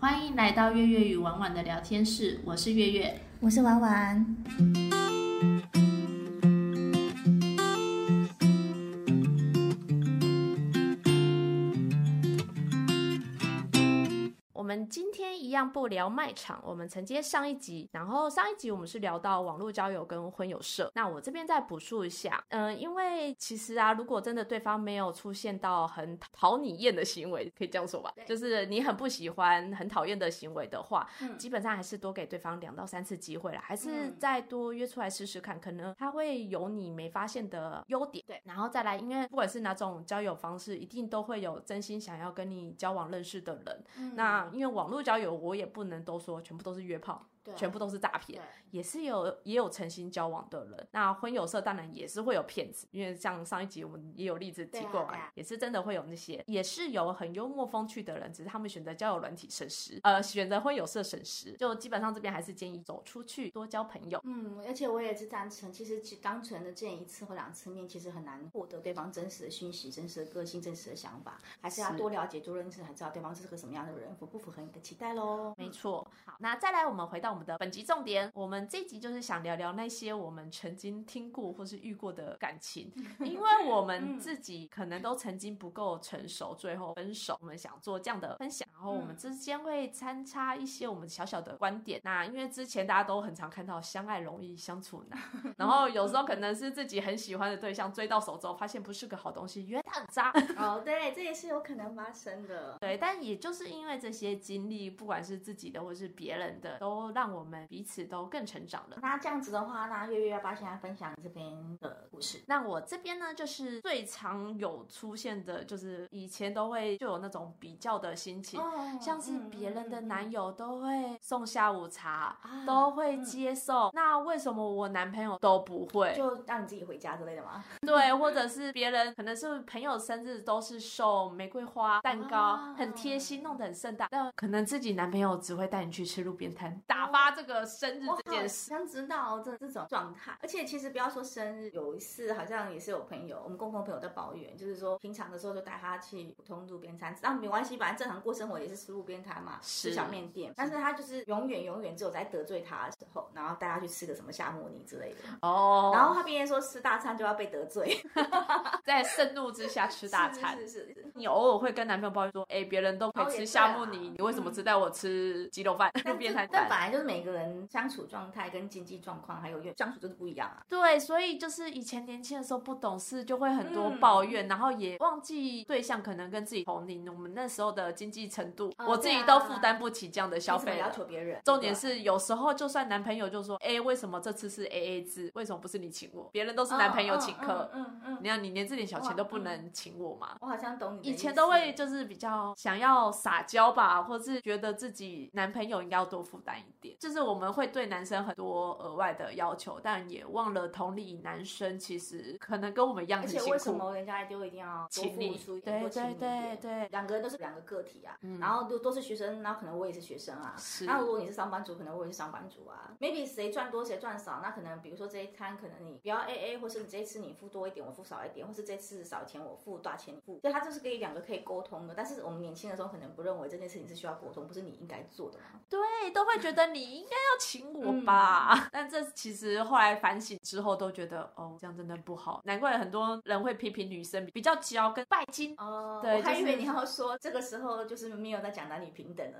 欢迎来到月月与婉婉的聊天室，我是月月。我是婉婉。我们今天一样不聊卖场，我们承接上一集，然后上一集我们是聊到网络交友跟婚友社，那我这边再补述一下，嗯，因为其实啊，如果真的对方没有出现到很讨你厌的行为，可以这样说吧，就是你很不喜欢、很讨厌的行为的话，嗯基本上还是多给对方两到三次机会啦，还是嗯再多约出来试试看，可能他会有你没发现的优点。对，然后再来，因为不管是哪种交友方式，一定都会有真心想要跟你交往认识的人。嗯嗯那因为网络交友，我也不能都说全部都是约炮，啊全部都是诈对骗，也是有也有诚心交往的人。那婚友社当然也是会有骗子，因为像上一集我们也有例子提过对啊对啊也是真的会有那些，也是有很幽默风趣的人，只是他们选择交友软体省时，呃，选择婚友社省时，就基本上这边还是建议走出去多交朋友。嗯，而且我也是赞成，其实只单纯的见一次或两次面，其实很难获得对方真实的讯息、真实的个性、真实的想法，还是要是多了解、多认识，才知道对方是个什么样的人，符不符合你的期待喽。没错，嗯好，那再来，我们回到我们的本集重点，我们这集就是想聊聊那些我们曾经听过或是遇过的感 情，因为我们嗯自己可能都曾经不够成熟，最后分手，我们想做这样的分享，然后我们之间会参差一些我们小小的观点。 那因为之前大家都很常看到相爱容易相处难，然后有时候可能是自己很喜欢的对象追到手之后，发现不是个好东西，约他很渣，哦，对，这也是有可能发生的。对，但也就是因为这些经历，不管是自己的或是别人的，都让我们彼此都更成长了。那这样子的话，那月月要不要现在分享你这边的故事？那我这边呢，就是最常有出现的，就是以前都会就有那种比较的心情，哦像是别人嗯的男友都会送下午茶，啊都会接送，那为什么我男朋友都不会？就让你自己回家之类的吗？ 对，或者是别人可能是朋友生日都是送玫瑰花、蛋糕，啊很贴心，弄得很盛大。但可能自己男朋友只会带你去吃路边摊，打发这个生日我这件好事。像知道这这种状态，而且其实不要说生日，有一次好像也是有朋友，我们共同朋友在抱怨，就是说平常的时候就带他去普通路边摊吃，那没关系，反正正常过生活也是吃路边摊嘛，是吃小面店，但是他就是永远永远只有在得罪他的时候，然后带他去吃个什么夏目尼之类的。哦，然后他偏偏说吃大餐就要被得罪，在盛怒之下吃大餐。 是是是是，你偶尔会跟男朋友抱怨说：“哎、别人都可哦以也吃对夏目啦你，你为什么只带我吃鸡肉饭、路边摊但摊本来就是每个人相处状态跟经济状况还有相处就是不一样啊？”。对，所以就是以前年轻的时候不懂事，就会很多抱怨，然后也忘记对象可能跟自己同龄，我们那时候的经济程度，哦我自己对啊都负担不起这样的消凭什么费要了。求别人，重点对吧啊是，有时候就算男朋友就说：“哎、为什么这次是 A A 制？为什么不是你请我？别人都是男朋友请客，嗯嗯嗯嗯你看你连这点小钱哇都不嗯能请我吗？”我好像懂你的意以思。前都会就是比较想要撒娇吧，或是觉得自己男朋友应该要多负担一点，就是我们会对男生很多额外的要求，但也忘了同理男生其实可能跟我们一样而很且辛为什苦。么人家一定一定要多请你付出一点，对多请你对一点对对，两个人都是两个个体啊，然后都都是学生，然后可能我也是学生啊。是那如果你是上班族，可能我也是上班族啊。maybe 谁赚多谁赚少，那可能比如说这一餐可能你不要 A A，或是你这一次你付多一点，我付少一点，或是这次少钱我付多少钱你付，所以它就是可以两个可以沟通的。但是我们年轻的时候可能不认为这件事情是需要沟通，不是你应该做的嘛。对，都会觉得你应该要请我嗯吧。 但这其实后来反省之后，都觉得哦，这样真的不好。难怪很多人会批评女生比较娇跟拜金。哦对我还就以为是你要说这个时候就是没有在讲男女平等了。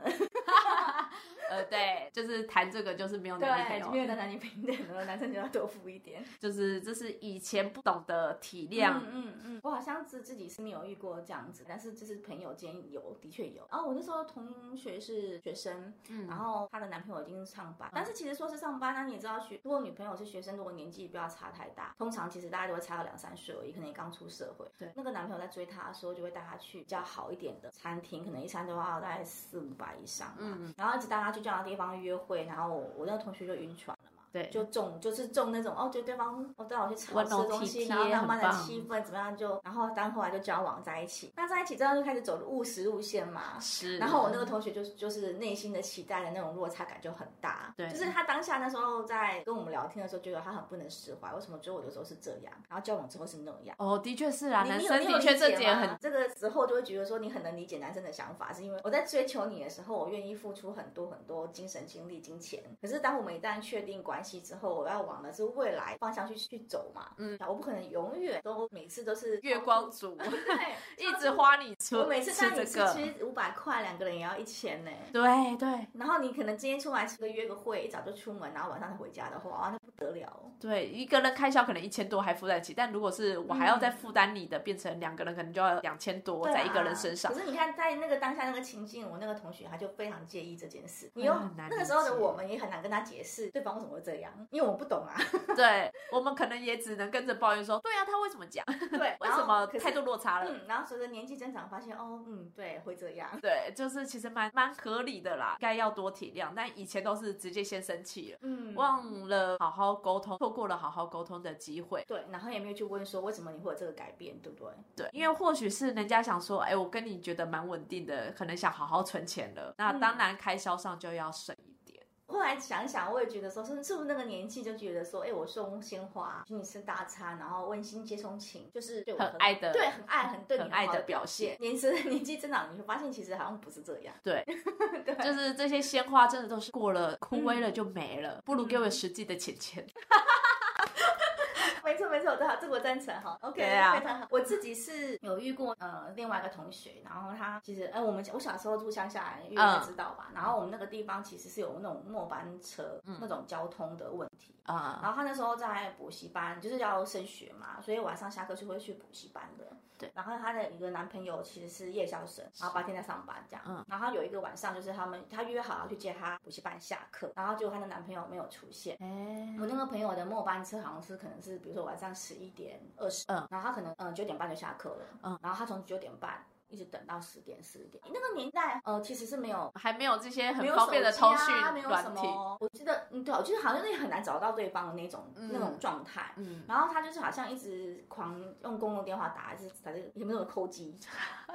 呃，对，就是谈这个就是没有男女朋对，友，没有男男女平等了，男生就要多付一点。就是这是以前不懂得体谅。嗯嗯，我好像自自己是没有遇过这样子，但是就是朋友间有，的确有。然后我那时候同学是学生，嗯然后她的男朋友已经上班，但是其实说是上班，那你也知道学，如果女朋友是学生，如果年纪不要差太大，通常其实大家都会差到两三岁而已，可能也刚出社会。对那个男朋友在追她的时候，就会带她去比较好一点的餐厅，可能一餐都要大嗯概四五百以上嘛，然后一直带她去这样的地方约会，然后我我那个同学就晕船了嘛。对，就中就是中那种哦，觉得对方哦对我去好温吃柔的东体西，贴然后慢慢的很棒气氛怎么样就，然后当后来就交往在一起。那在一起之后就开始走务实路线嘛。是。然后我那个同学就是就是内心的期待的那种落差感就很大，对就是他当下那时候在跟我们聊天的时候，觉得他很不能释怀，为什么只有我的时候是这样，然后交往之后是那样。哦，的确是啊，你男你有生你有的确理这解点吗很这个时候就会觉得说你很能理解男生的想法，是因为我在追求你的时候，我愿意付出很多很多精神、精力、金钱。可是当我们一旦确定关系之后，我要往的是未来方向去去走嘛。嗯，我不可能永远都每次都是月光族，对， 一直花你出，哦我每次吃带这你出个，去五百块，两个人也要一千呢。对对然后你可能今天出来吃个约个会，一早就出门，然后晚上才回家的话，哇，那不得了哦。对，一个人开销可能一千多还负担得起，但如果是我还要再负担你的，变成两个人可能就要两千多嗯对啊在一个 人身上可。是你看，在那个当下那个情境，我那个同学他就非常介意这件事。你又哎很难那个时候的理解我们也很难跟他解释对方为什么会 这样，因为我们不懂啊。对我们可能也只能跟着抱怨说，对啊，他为什么讲？对，为然后什么可是态度落差了？嗯，然后随着年纪增长，发现哦，嗯，对，会这样。对，就是其实蛮蛮合理的啦，应该要多体谅。但以前都是直接先生气了，嗯，忘了好好沟通，错过了好好沟通的机会。对，然后也没有去问说为什么你会有这个改变，对不对？对，因为或许是人家想说，哎，我跟你觉得蛮稳定的，可能想好好存钱了，那嗯当然开销上就要省一点。后来想想，我也觉得说，是是不是那个年纪就觉得说，哎，我送鲜花，请你吃大餐，然后温馨接送情，就是对我很爱的对，很爱，很对你很爱好的的表现。年随着 年纪增长，你会发现其实好像不是这样。对，对，就是这些鲜花真的都是过了枯萎了就没了，不如给我实际的钱钱。没错没错，我对啊他这个我赞成哈。OK，对啊非常好。我自己是有遇过呃另外一个同学，然后他其实哎、我们我小时候住乡下，因为大家知道嗯吧、然后我们那个地方其实是有那种末班车、那种交通的问题。啊、然后他那时候在补习班，就是要升学嘛，所以晚上下课就会去补习班的。对。然后她的一个男朋友其实是夜校生，然后白天在上班这样。嗯。然后有一个晚上，就是他们她约好要去接她补习班下课，然后结果她的男朋友没有出现。哎我那个朋友的末班车好像是可能是，比如说晚上十一点二十，嗯，然后他可能嗯九点半就下课了，嗯，然后他从九点半一直等到十点十点，那个年代呃其实是没有。还没有这些很没有方便的手通机讯啊，没有什软体，么，我记得，嗯，对，我记得好像是很难找到对方的那种、那种状态。嗯，然后他就是好像一直狂用公用电话打，还是反正有没有扣机？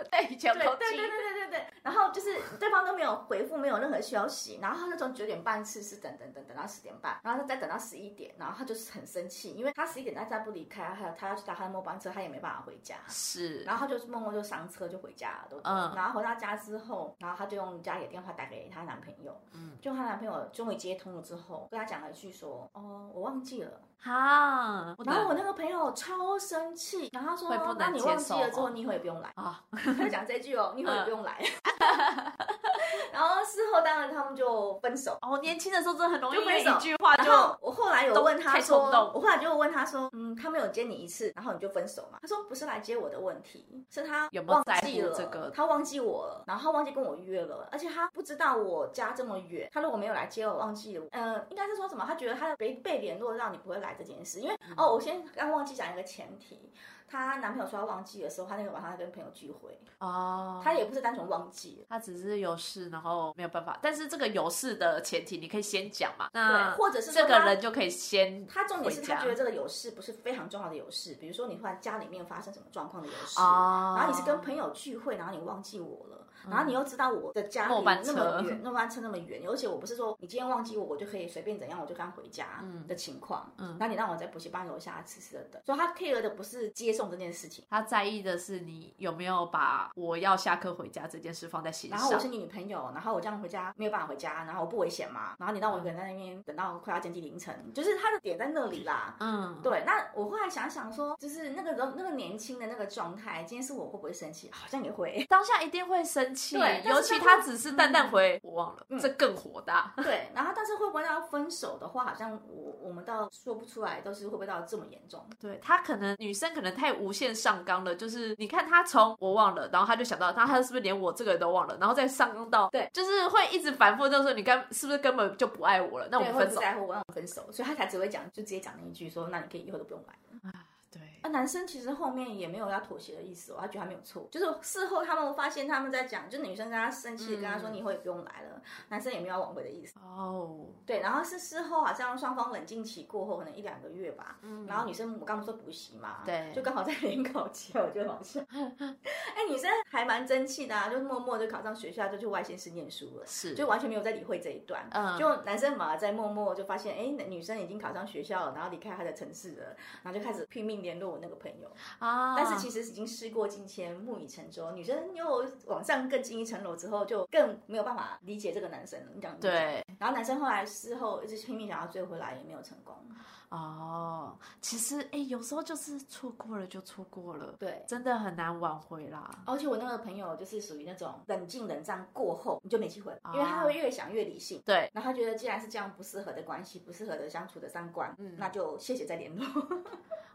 对，以前对口对对机对对对对。然后就是对方都没有回复，没有任何消息。然后他就从九点半次是等等等等到十点半，然后他再等到十一点，然后他就是很生气，因为他十一点他再不离开，还有他要去搭他的末班车，他也没办法回家。是然后他就是默默就上车就回家了，对不对？嗯然后回到家之后，然后她就用家里的电话打给她男朋友，嗯嗯，就她男朋友终于接通了之后，跟她讲了一句说，哦，我忘记了。哈，然后我那个朋友超生气，然后他说会不能，那你接忘记受了之后，哦你以后也不用来。啊， 嗯他就讲这句哦，你以后也不用来。 然后事后当然他们就分手。哦，年轻的时候真的很容易就因为分手一句话然 就后我后来有都问他太说冲动，我后来就问他说，嗯，他没有接你一次，然后你就分手嘛？他说不是来接我的问题，是他有没有忘在记乎了这个他忘记我了，然后他忘记跟我约了，而且他不知道我家这么远，他如果没有来接我，忘记了，呃，应该是说什么？他觉得他被被联络到你不会来这件事，因为嗯哦，我先刚忘记讲一个前提，她男朋友说他忘记的时候，她那个晚上在跟朋友聚会，哦，她也不是单纯忘记了。他只是有事，然后没有办法。但是这个有事的前提，你可以先讲嘛。那对或者是说这个他人就可以先他重点是回他家觉得这个有事不是非常重要的有事，比如说你突然家里面发生什么状况的有事，哦嗯然后你是跟朋友聚会，然后你忘记我了，然后你又知道我的家里末班那车么远，末班车那么远，而且我不是说你今天忘记我，我就可以随便怎样，我就刚回家的情况，嗯，然后你让我在补习班楼下痴痴的等，所以他 care 的不是接送这件事情。他在意的是你有没有把我要下课回家这件事放在心然上。后我是你女朋友，然后我这样回家没有办法回家，然后我不危险嘛？然后你让我一个人在那边等到快要将近凌晨，就是他的点在那里啦。嗯，对，那我后来想想说，就是那个时候那个年轻的那个状态，今天是我会不会生气？好像也会。 当下一定会生气，对但尤是其他他只是淡淡回、我忘了，嗯这更火 大。对，然后但是会不会到分手的话，好像我我们到说不出来，都是会不会到这么严重？对他可能女生可能太无限上纲了，就是你看他从我忘了，然后他就想到，那他是不是连我这个都忘了，然后再上纲到对就是会一直反复，就是说你根是不是根本就不爱我了？那我对，们会分不手。在乎，我让我分手，所以他才只会讲，就直接讲那一句说，那你可以以后都不用来了。对，啊，男生其实后面也没有要妥协的意思哦，他觉得他没有错，就是事后他们发现他们在讲，就女生跟他生气，跟他说嗯你以后也不用来了，男生也没有要挽回的意思。哦，对，然后是事后好像双方冷静期过后，可能一两个月吧。然后女生我刚不是说补习嘛，嗯对 就刚好在联考前， 我觉得好 笑。哎，女生还蛮争气的啊，就默默就考上学校，就去外县市念书了。是就完全没有在理会这一段，嗯就男生反而在默默就发现，哎，女生已经考上学校了，然后离开她的城市了，然后就开始拼命联络我那个朋友，啊，但是其实已经事过境迁，木已成舟，女生又往上更进一层楼之后，就更没有办法理解这个男生了，你讲对，然后男生后来事后一直拼命想要追回来，也没有成功。哦，其实哎、有时候就是错过了就错过了，对真的很难挽回啦。而且我那个朋友就是属于那种冷静冷战过后你就没机会了，因为他会越想越理性。对，然后他觉得既然是这样不适合的关系，不适合的相处的三观，那就谢谢再联络。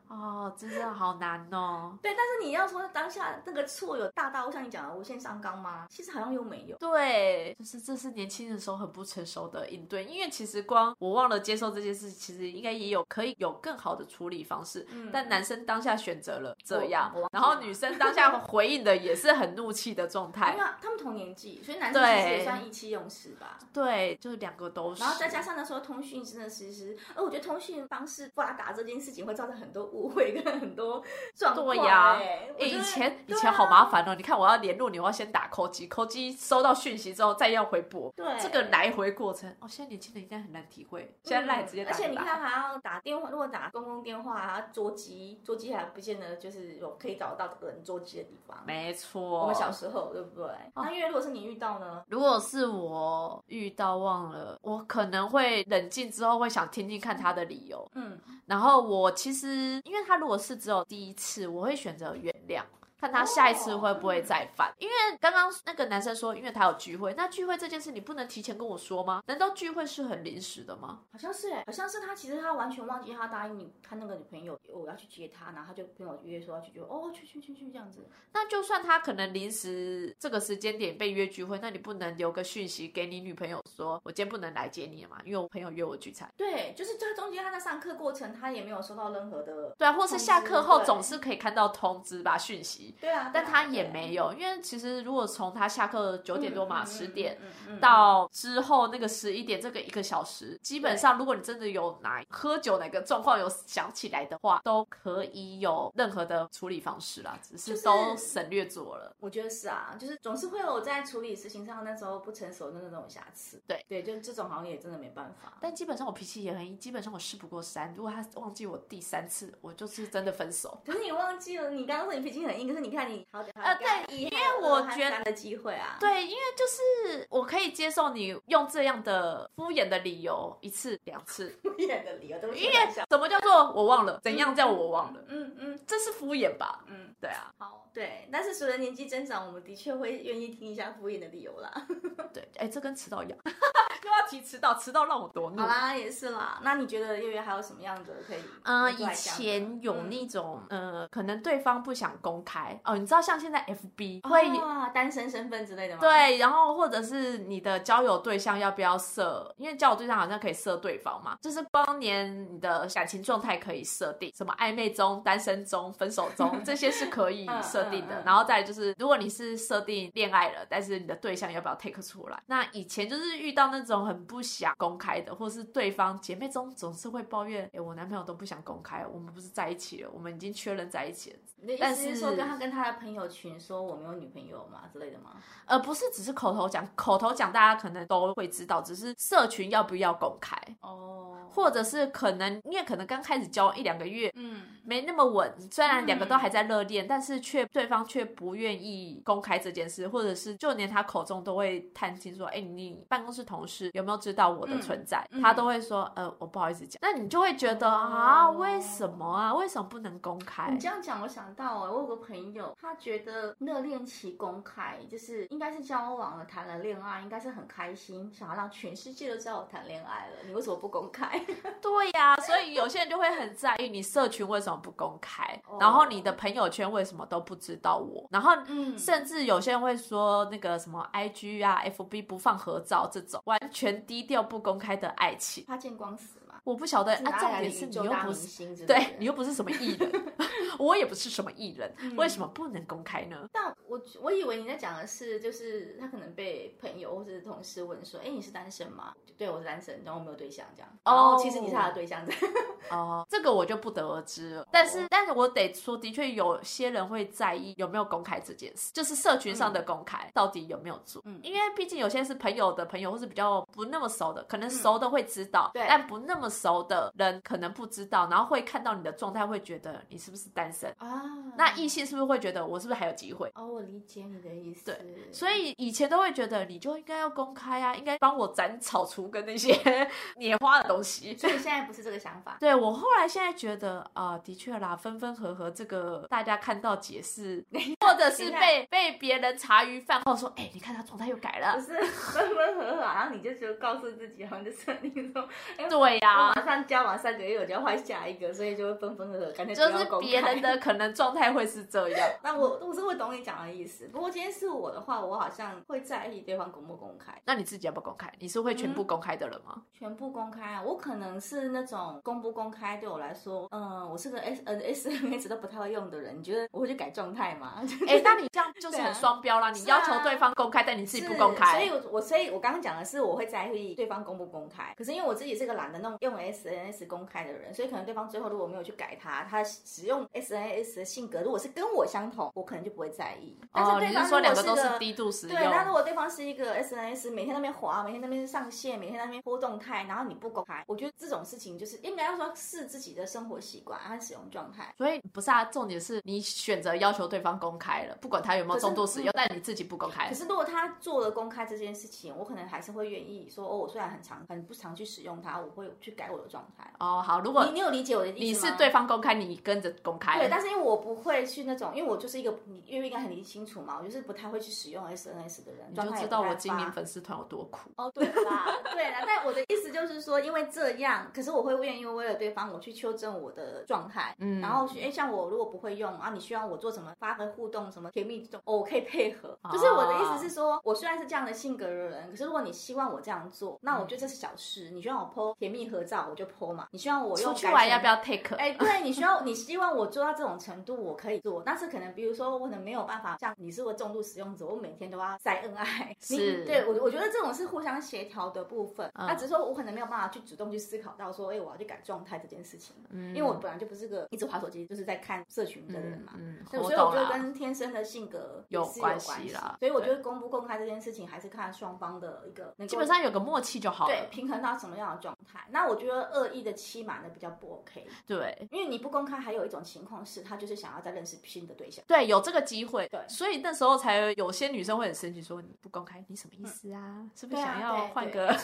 哦，真的好难哦。对，但是你要说当下那个错有大到像你讲的无限上纲吗？其实好像又没有。对，就是这是年轻人时候很不成熟的应对，因为其实光我忘了接受这件事，其实应该也有可以有更好的处理方式。嗯但男生当下选择了这样我我忘，记然后了哎女生当下回应的也是很怒气的状态因为。他们同年纪，所以男生其实也算意气用事吧。对，就是两个都是。然后再加上那时候通讯真的其实，呃，我觉得通讯方式发达这件事情会造成很多误会跟很多状况、对呀哎我欸、觉以得前以对前啊好麻烦哦！你看，我要联络你，我要先打扣机，扣机收到讯息之后再要回拨，对这个来回过程，哦，现在年轻人应该很难体会。现在赖直接嗯打而就打、且你看还要打电话，如果打公共电话，还要捉机，捉机还不见得就是有可以找到有人捉机的地方。没错，哦我们小时候对不对？那因为如果是你遇到呢，如果是我遇到忘了，我可能会冷静之后会想听听看他的理由，嗯，然后我其实因为他如果是只有第一次，我会选择原谅。看他下一次会不会再犯，因为刚刚那个男生说，因为他有聚会，那聚会这件事你不能提前跟我说吗？难道聚会是很临时的吗？好像是哎，好像是他其实他完全忘记他答应你，他那个女朋友我要去接他，然后他就跟我约说要去就哦去去去去这样子，那就算他可能临时这个时间点被约聚会，那你不能留个讯息给你女朋友说，我今天不能来接你嘛，因为我朋友约我聚餐。对，就是在中间他在上课过程他也没有收到任何的，对啊，或是下课后对总是可以看到通知吧讯息，对啊，但他对啊也没有，因为其实如果从他下课九点多嘛，十、嗯点。，嗯嗯嗯嗯到之后那个十一点，这个一个小时，基本上如果你真的有哪喝酒哪个状况有想起来的话，都可以有任何的处理方式啦，只就是是都省略做了。我觉得是啊，就是总是会有在处理事情上那时候不成熟的那种瑕疵。对对，就这种好像也真的没办法。但基本上我脾气也很硬，基本上我事不过三。如果他忘记我第三次，我就是真的分手。可是你忘记了，你刚刚说你脾气很硬，可是你看你好歹呃对，因因为我觉得的机会啊，对，因为就是我可以接受你用这样的敷衍的理由一次两次，敷 衍的理由都是因为开玩笑什么叫做我忘了？怎样叫我忘了？嗯嗯这是敷衍吧？嗯，对啊，好，对。但是随着年纪增长，我们的确会愿意听一下敷衍的理由啦。对，哎，这跟迟到一样， 又要提迟到，迟到让我多怒好。啦，也是啦。那你觉得月月还有什么样的可以？嗯、可以以来讲的前有嗯那种，呃，可能对方不想公开哦，你知道像现在 FB 会啊单身身份之类的吗？，对，然后或者是你的交友对象要不要设？因为交友对象好像可以设对方嘛，就是光年你的感情状态可以设定，什么暧昧中、单身中、分手 中，这些是可以嗯设定嗯的嗯。然后再来就是，如果你是设定恋爱了，但是你的对象要不要 take 出来？那以前就是遇到那种很不想公开的，或是对方姐妹中总是会抱怨，哎，我男朋友都不想公开，我们不是在一起了，我们已经确认在一起了，你的意但思是是说跟他跟他的朋友群说我没有女朋友嘛之类的吗？呃，不是只是口头讲，口头讲大家可能都会知道，只是社群要不要公开，哦，或者是可能因为可能刚开始交往一两个月。嗯，没那么稳，虽然两个都嗯还在热恋，但是却对方却不愿意公开这件事，或者是就连他口中都会探听说，哎、你办公室同事有没有知道我的嗯存在？嗯哦他都会说，呃，我不好意思讲。那你就会觉得啊，为什么啊？为什么不能公开你？哎这样讲，我想到哎、我有个朋友，他觉得热恋期公开，就是应该是交往了，谈了恋爱，应该是很开心，想要让全世界都知道我谈恋爱了，你为什么不公开？对呀、所以有些人就会很在意你社群为什么么不公开哦？然后你的朋友圈为什么都不知道我？然后嗯甚至有些人会说那个什么 IG 啊、FB 不放合照这种完全低调不公开的爱情， 怕见光死嘛。我不晓得哪啊。来重的点宇是你宙又大不明是星之类对的你又不是什么艺人， 我也不是什么艺人，嗯为什么不能公开呢？但我我以为你在讲的是，就是他可能被朋友或是同事问说：“哎，你是单身吗？”对，我是单身，然后我没有对象这样。然哦后其实你是他的对象这样。 哦，这个我就不得而知了。但哦是，但是我得说，的确有些人会在意有没有公开这件事，就是社群上的公开、到底有没有做。嗯因为毕竟有些是朋友的朋友，或是比较不那么熟的，可能熟的会知道，嗯对但不那么熟的人可能不知道，然后会看到你的状态，会觉得你是不是单身？啊，那异性是不是会觉得我是不是还有机会？哦，我理解你的意思。对所以以前都会觉得你就应该要公开啊，应该帮我斩草除根那些 拈花的东西。所以现在不是这个想法。对我后来现在觉得啊、的确啦，分分合合这个大家看到解释， 或者是等一下被被别人茶余饭后说，哎、你看他状态又改不了， 是 分分合合，然后你就就告诉自己，然后你就设定说，对呀、我马上交往三个月，我就要换下一个，所以就会分分合合，干脆不就要是公开别人的可能状态会是这样。 那我我是会懂你讲的意思，不过今天是我的话，我好像会在意对方公不公开，那你自己要不要公开？你是会全嗯部公开的人 吗？全部公开啊。我可能是那种公不公开对我来说，嗯、我是个 S N S N S 都不太会用的人，你觉得我会去改状态吗？ 哎、那你这样就是对啊很双标啦，你是啊要求对方公开，但你自己不公是所开以。我我所以我刚刚讲的是我会在意对方公不公开，可是因为我自己是个懒得弄用 S N S 公开的人，所以可能对方最后如果没有去改他，他使用 S N S 的性格如果是跟我相同，我可能就不会在意。但哦，是对你是方说如两果个都是是低度使用对，？那如果对方是一个 SNS，每天在那边滑，每天在那边上线，每天在那边播动态，然后你不公开，我觉得这种事情就是应该要说是自己的生活习惯和使用状态。所以不是啊，重点是你选择要求对方公开了，不管他有没有可是重度使用嗯，但你自己不公开可。是如果他做了公开这件事情，我可能还是会愿意说，哦，我虽然很常很不常去使用它，我会去改我的状态。哦，好，如果你你有理解我的意你思吗？是对方公开，你跟着公开。对，但是因为我不会去那种，因为我就是一个你因为应该很理清楚嘛，我就是不太会去使用 SNS 的人，你状就态也知不道太我经发营粉丝团有多苦。哦，对啦，对啦，但我的意思就是说，因为这样，可是我会愿意为了对方，我去修正我的状态，嗯然后去哎，像我如果不会用啊，你需要我做什么，发个互动什么甜蜜这种，哦我可以配合。就是我的意思是说，我虽然是这样的性格的人，可是如果你希望我这样做，那我觉得这是小事。你希望我 po 甜蜜合照，我就 po 嘛。你希望我出用去改玩成要不要 take？哎、对你需要，你希望我做到这种程度，我可以做，但是可能比如说，我可能没有办法像你是个重度使用者，我每天都要晒恩 爱，你是对我我觉得这种是互相协调的部分。嗯那只是说我可能没有办法去主动去思考到说，哎、我要去改状态这件事情，嗯因为我本来就不是个一直滑手机就是在看社群的人嘛。嗯，对我所以我懂觉得啦。跟天生的性格也有是有关关系啦所以我觉得公不公开这件事情还是看双方的一个能够基本上有个默契就好对了。平衡到什么样的状态。那我觉得恶意的欺瞒的比较不 OK。对因为你不公开，还有一种情况是，他就是想要再认识新的对象。对，有这个机会。对所以那时候才有些女生会很生气，说你不公开，你什么意思啊？是不是对啊想要对换对个？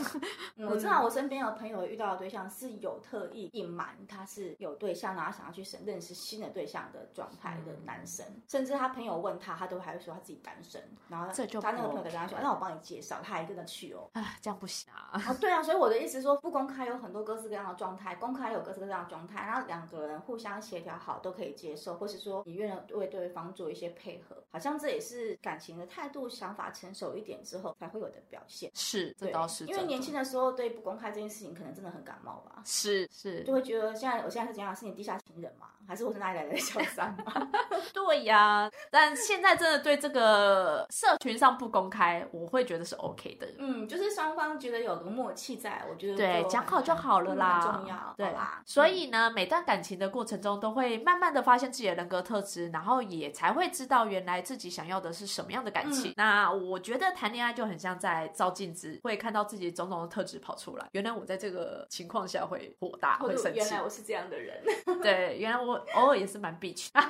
嗯我知道我身边有朋友遇到的对象是有特意隐瞒他是有对象，然后想要去认识新的对象的状态嗯的男生，甚至他朋友问他，他都还会说他自己单身。然后这就他那个不朋友跟他说 OK：“。那我帮你介绍。”他还跟着去哦 啊，这样不行 啊。啊，对啊，所以我的意思说，不公开有很多各式各样的状态，公开有各式各样的状态，然后两个人互相协调好都可以接受，或是说你愿意为对方做一些配合，好像这也是感情的态度、想法成熟一点之后才会有的表现。是，这对倒是真因的。为年轻的时候对不公开这件事情可能真的很感冒吧，是是就，会觉得现在我现在是怎样是你地下情人嘛，还是我是哪里来的小三嘛？对呀。但现在真的对这个社群上不公开，我会觉得是 OK 的。 嗯，就是双方觉得有个默契在，我觉得对，就讲很好就好了啦，很重要，对好嗯啦。所以呢，每段感情的过程中，都会慢慢的发现自己的人格特质，然后也才会知道原来自己想要的是什么样的感情。嗯那我觉得谈恋爱就很像在照镜子，会看到自己种种的特质跑出来。原来我在这个情况下会火大，或会者生哦原气来。我是这样的人， 对，原来我偶尔也是蛮 bitch。啊，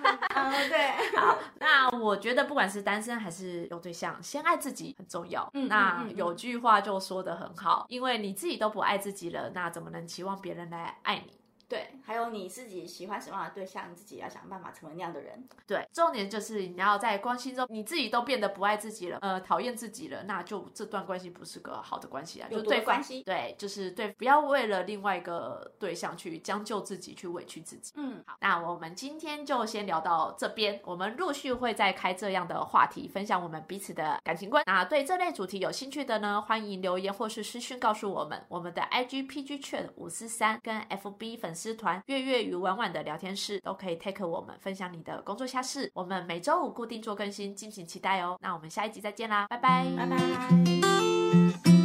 对。好， 那我觉得不管是单身还是有对象，先爱自己很重要。嗯那嗯嗯有句话就说的很好，因为你自己都不爱自己了，那怎么能期望别人来爱你？对，还有你自己喜欢什么样的对象，你自己要想办法成为那样的人。对，重点就是你要在关系中，你自己都变得不爱自己了，呃，讨厌自己了，那就这段关系不是个好的关系啊，有就毒对的方关系对，就是对，不要为了另外一个对象去将就自己，去委屈自己。嗯，好，那我们今天就先聊到这边，我们陆续会再开这样的话题，分享我们彼此的感情观。那对这类主题有兴趣的呢，欢迎留言或是私讯告诉我们。我们的 IG PG Chat 五四三跟 FB 粉丝团月月与婉婉的聊天室都可以 take 我们分享你的工作下事。我们每周五固定做更新，敬请期待哦。那我们下一集再见啦，拜拜，拜拜。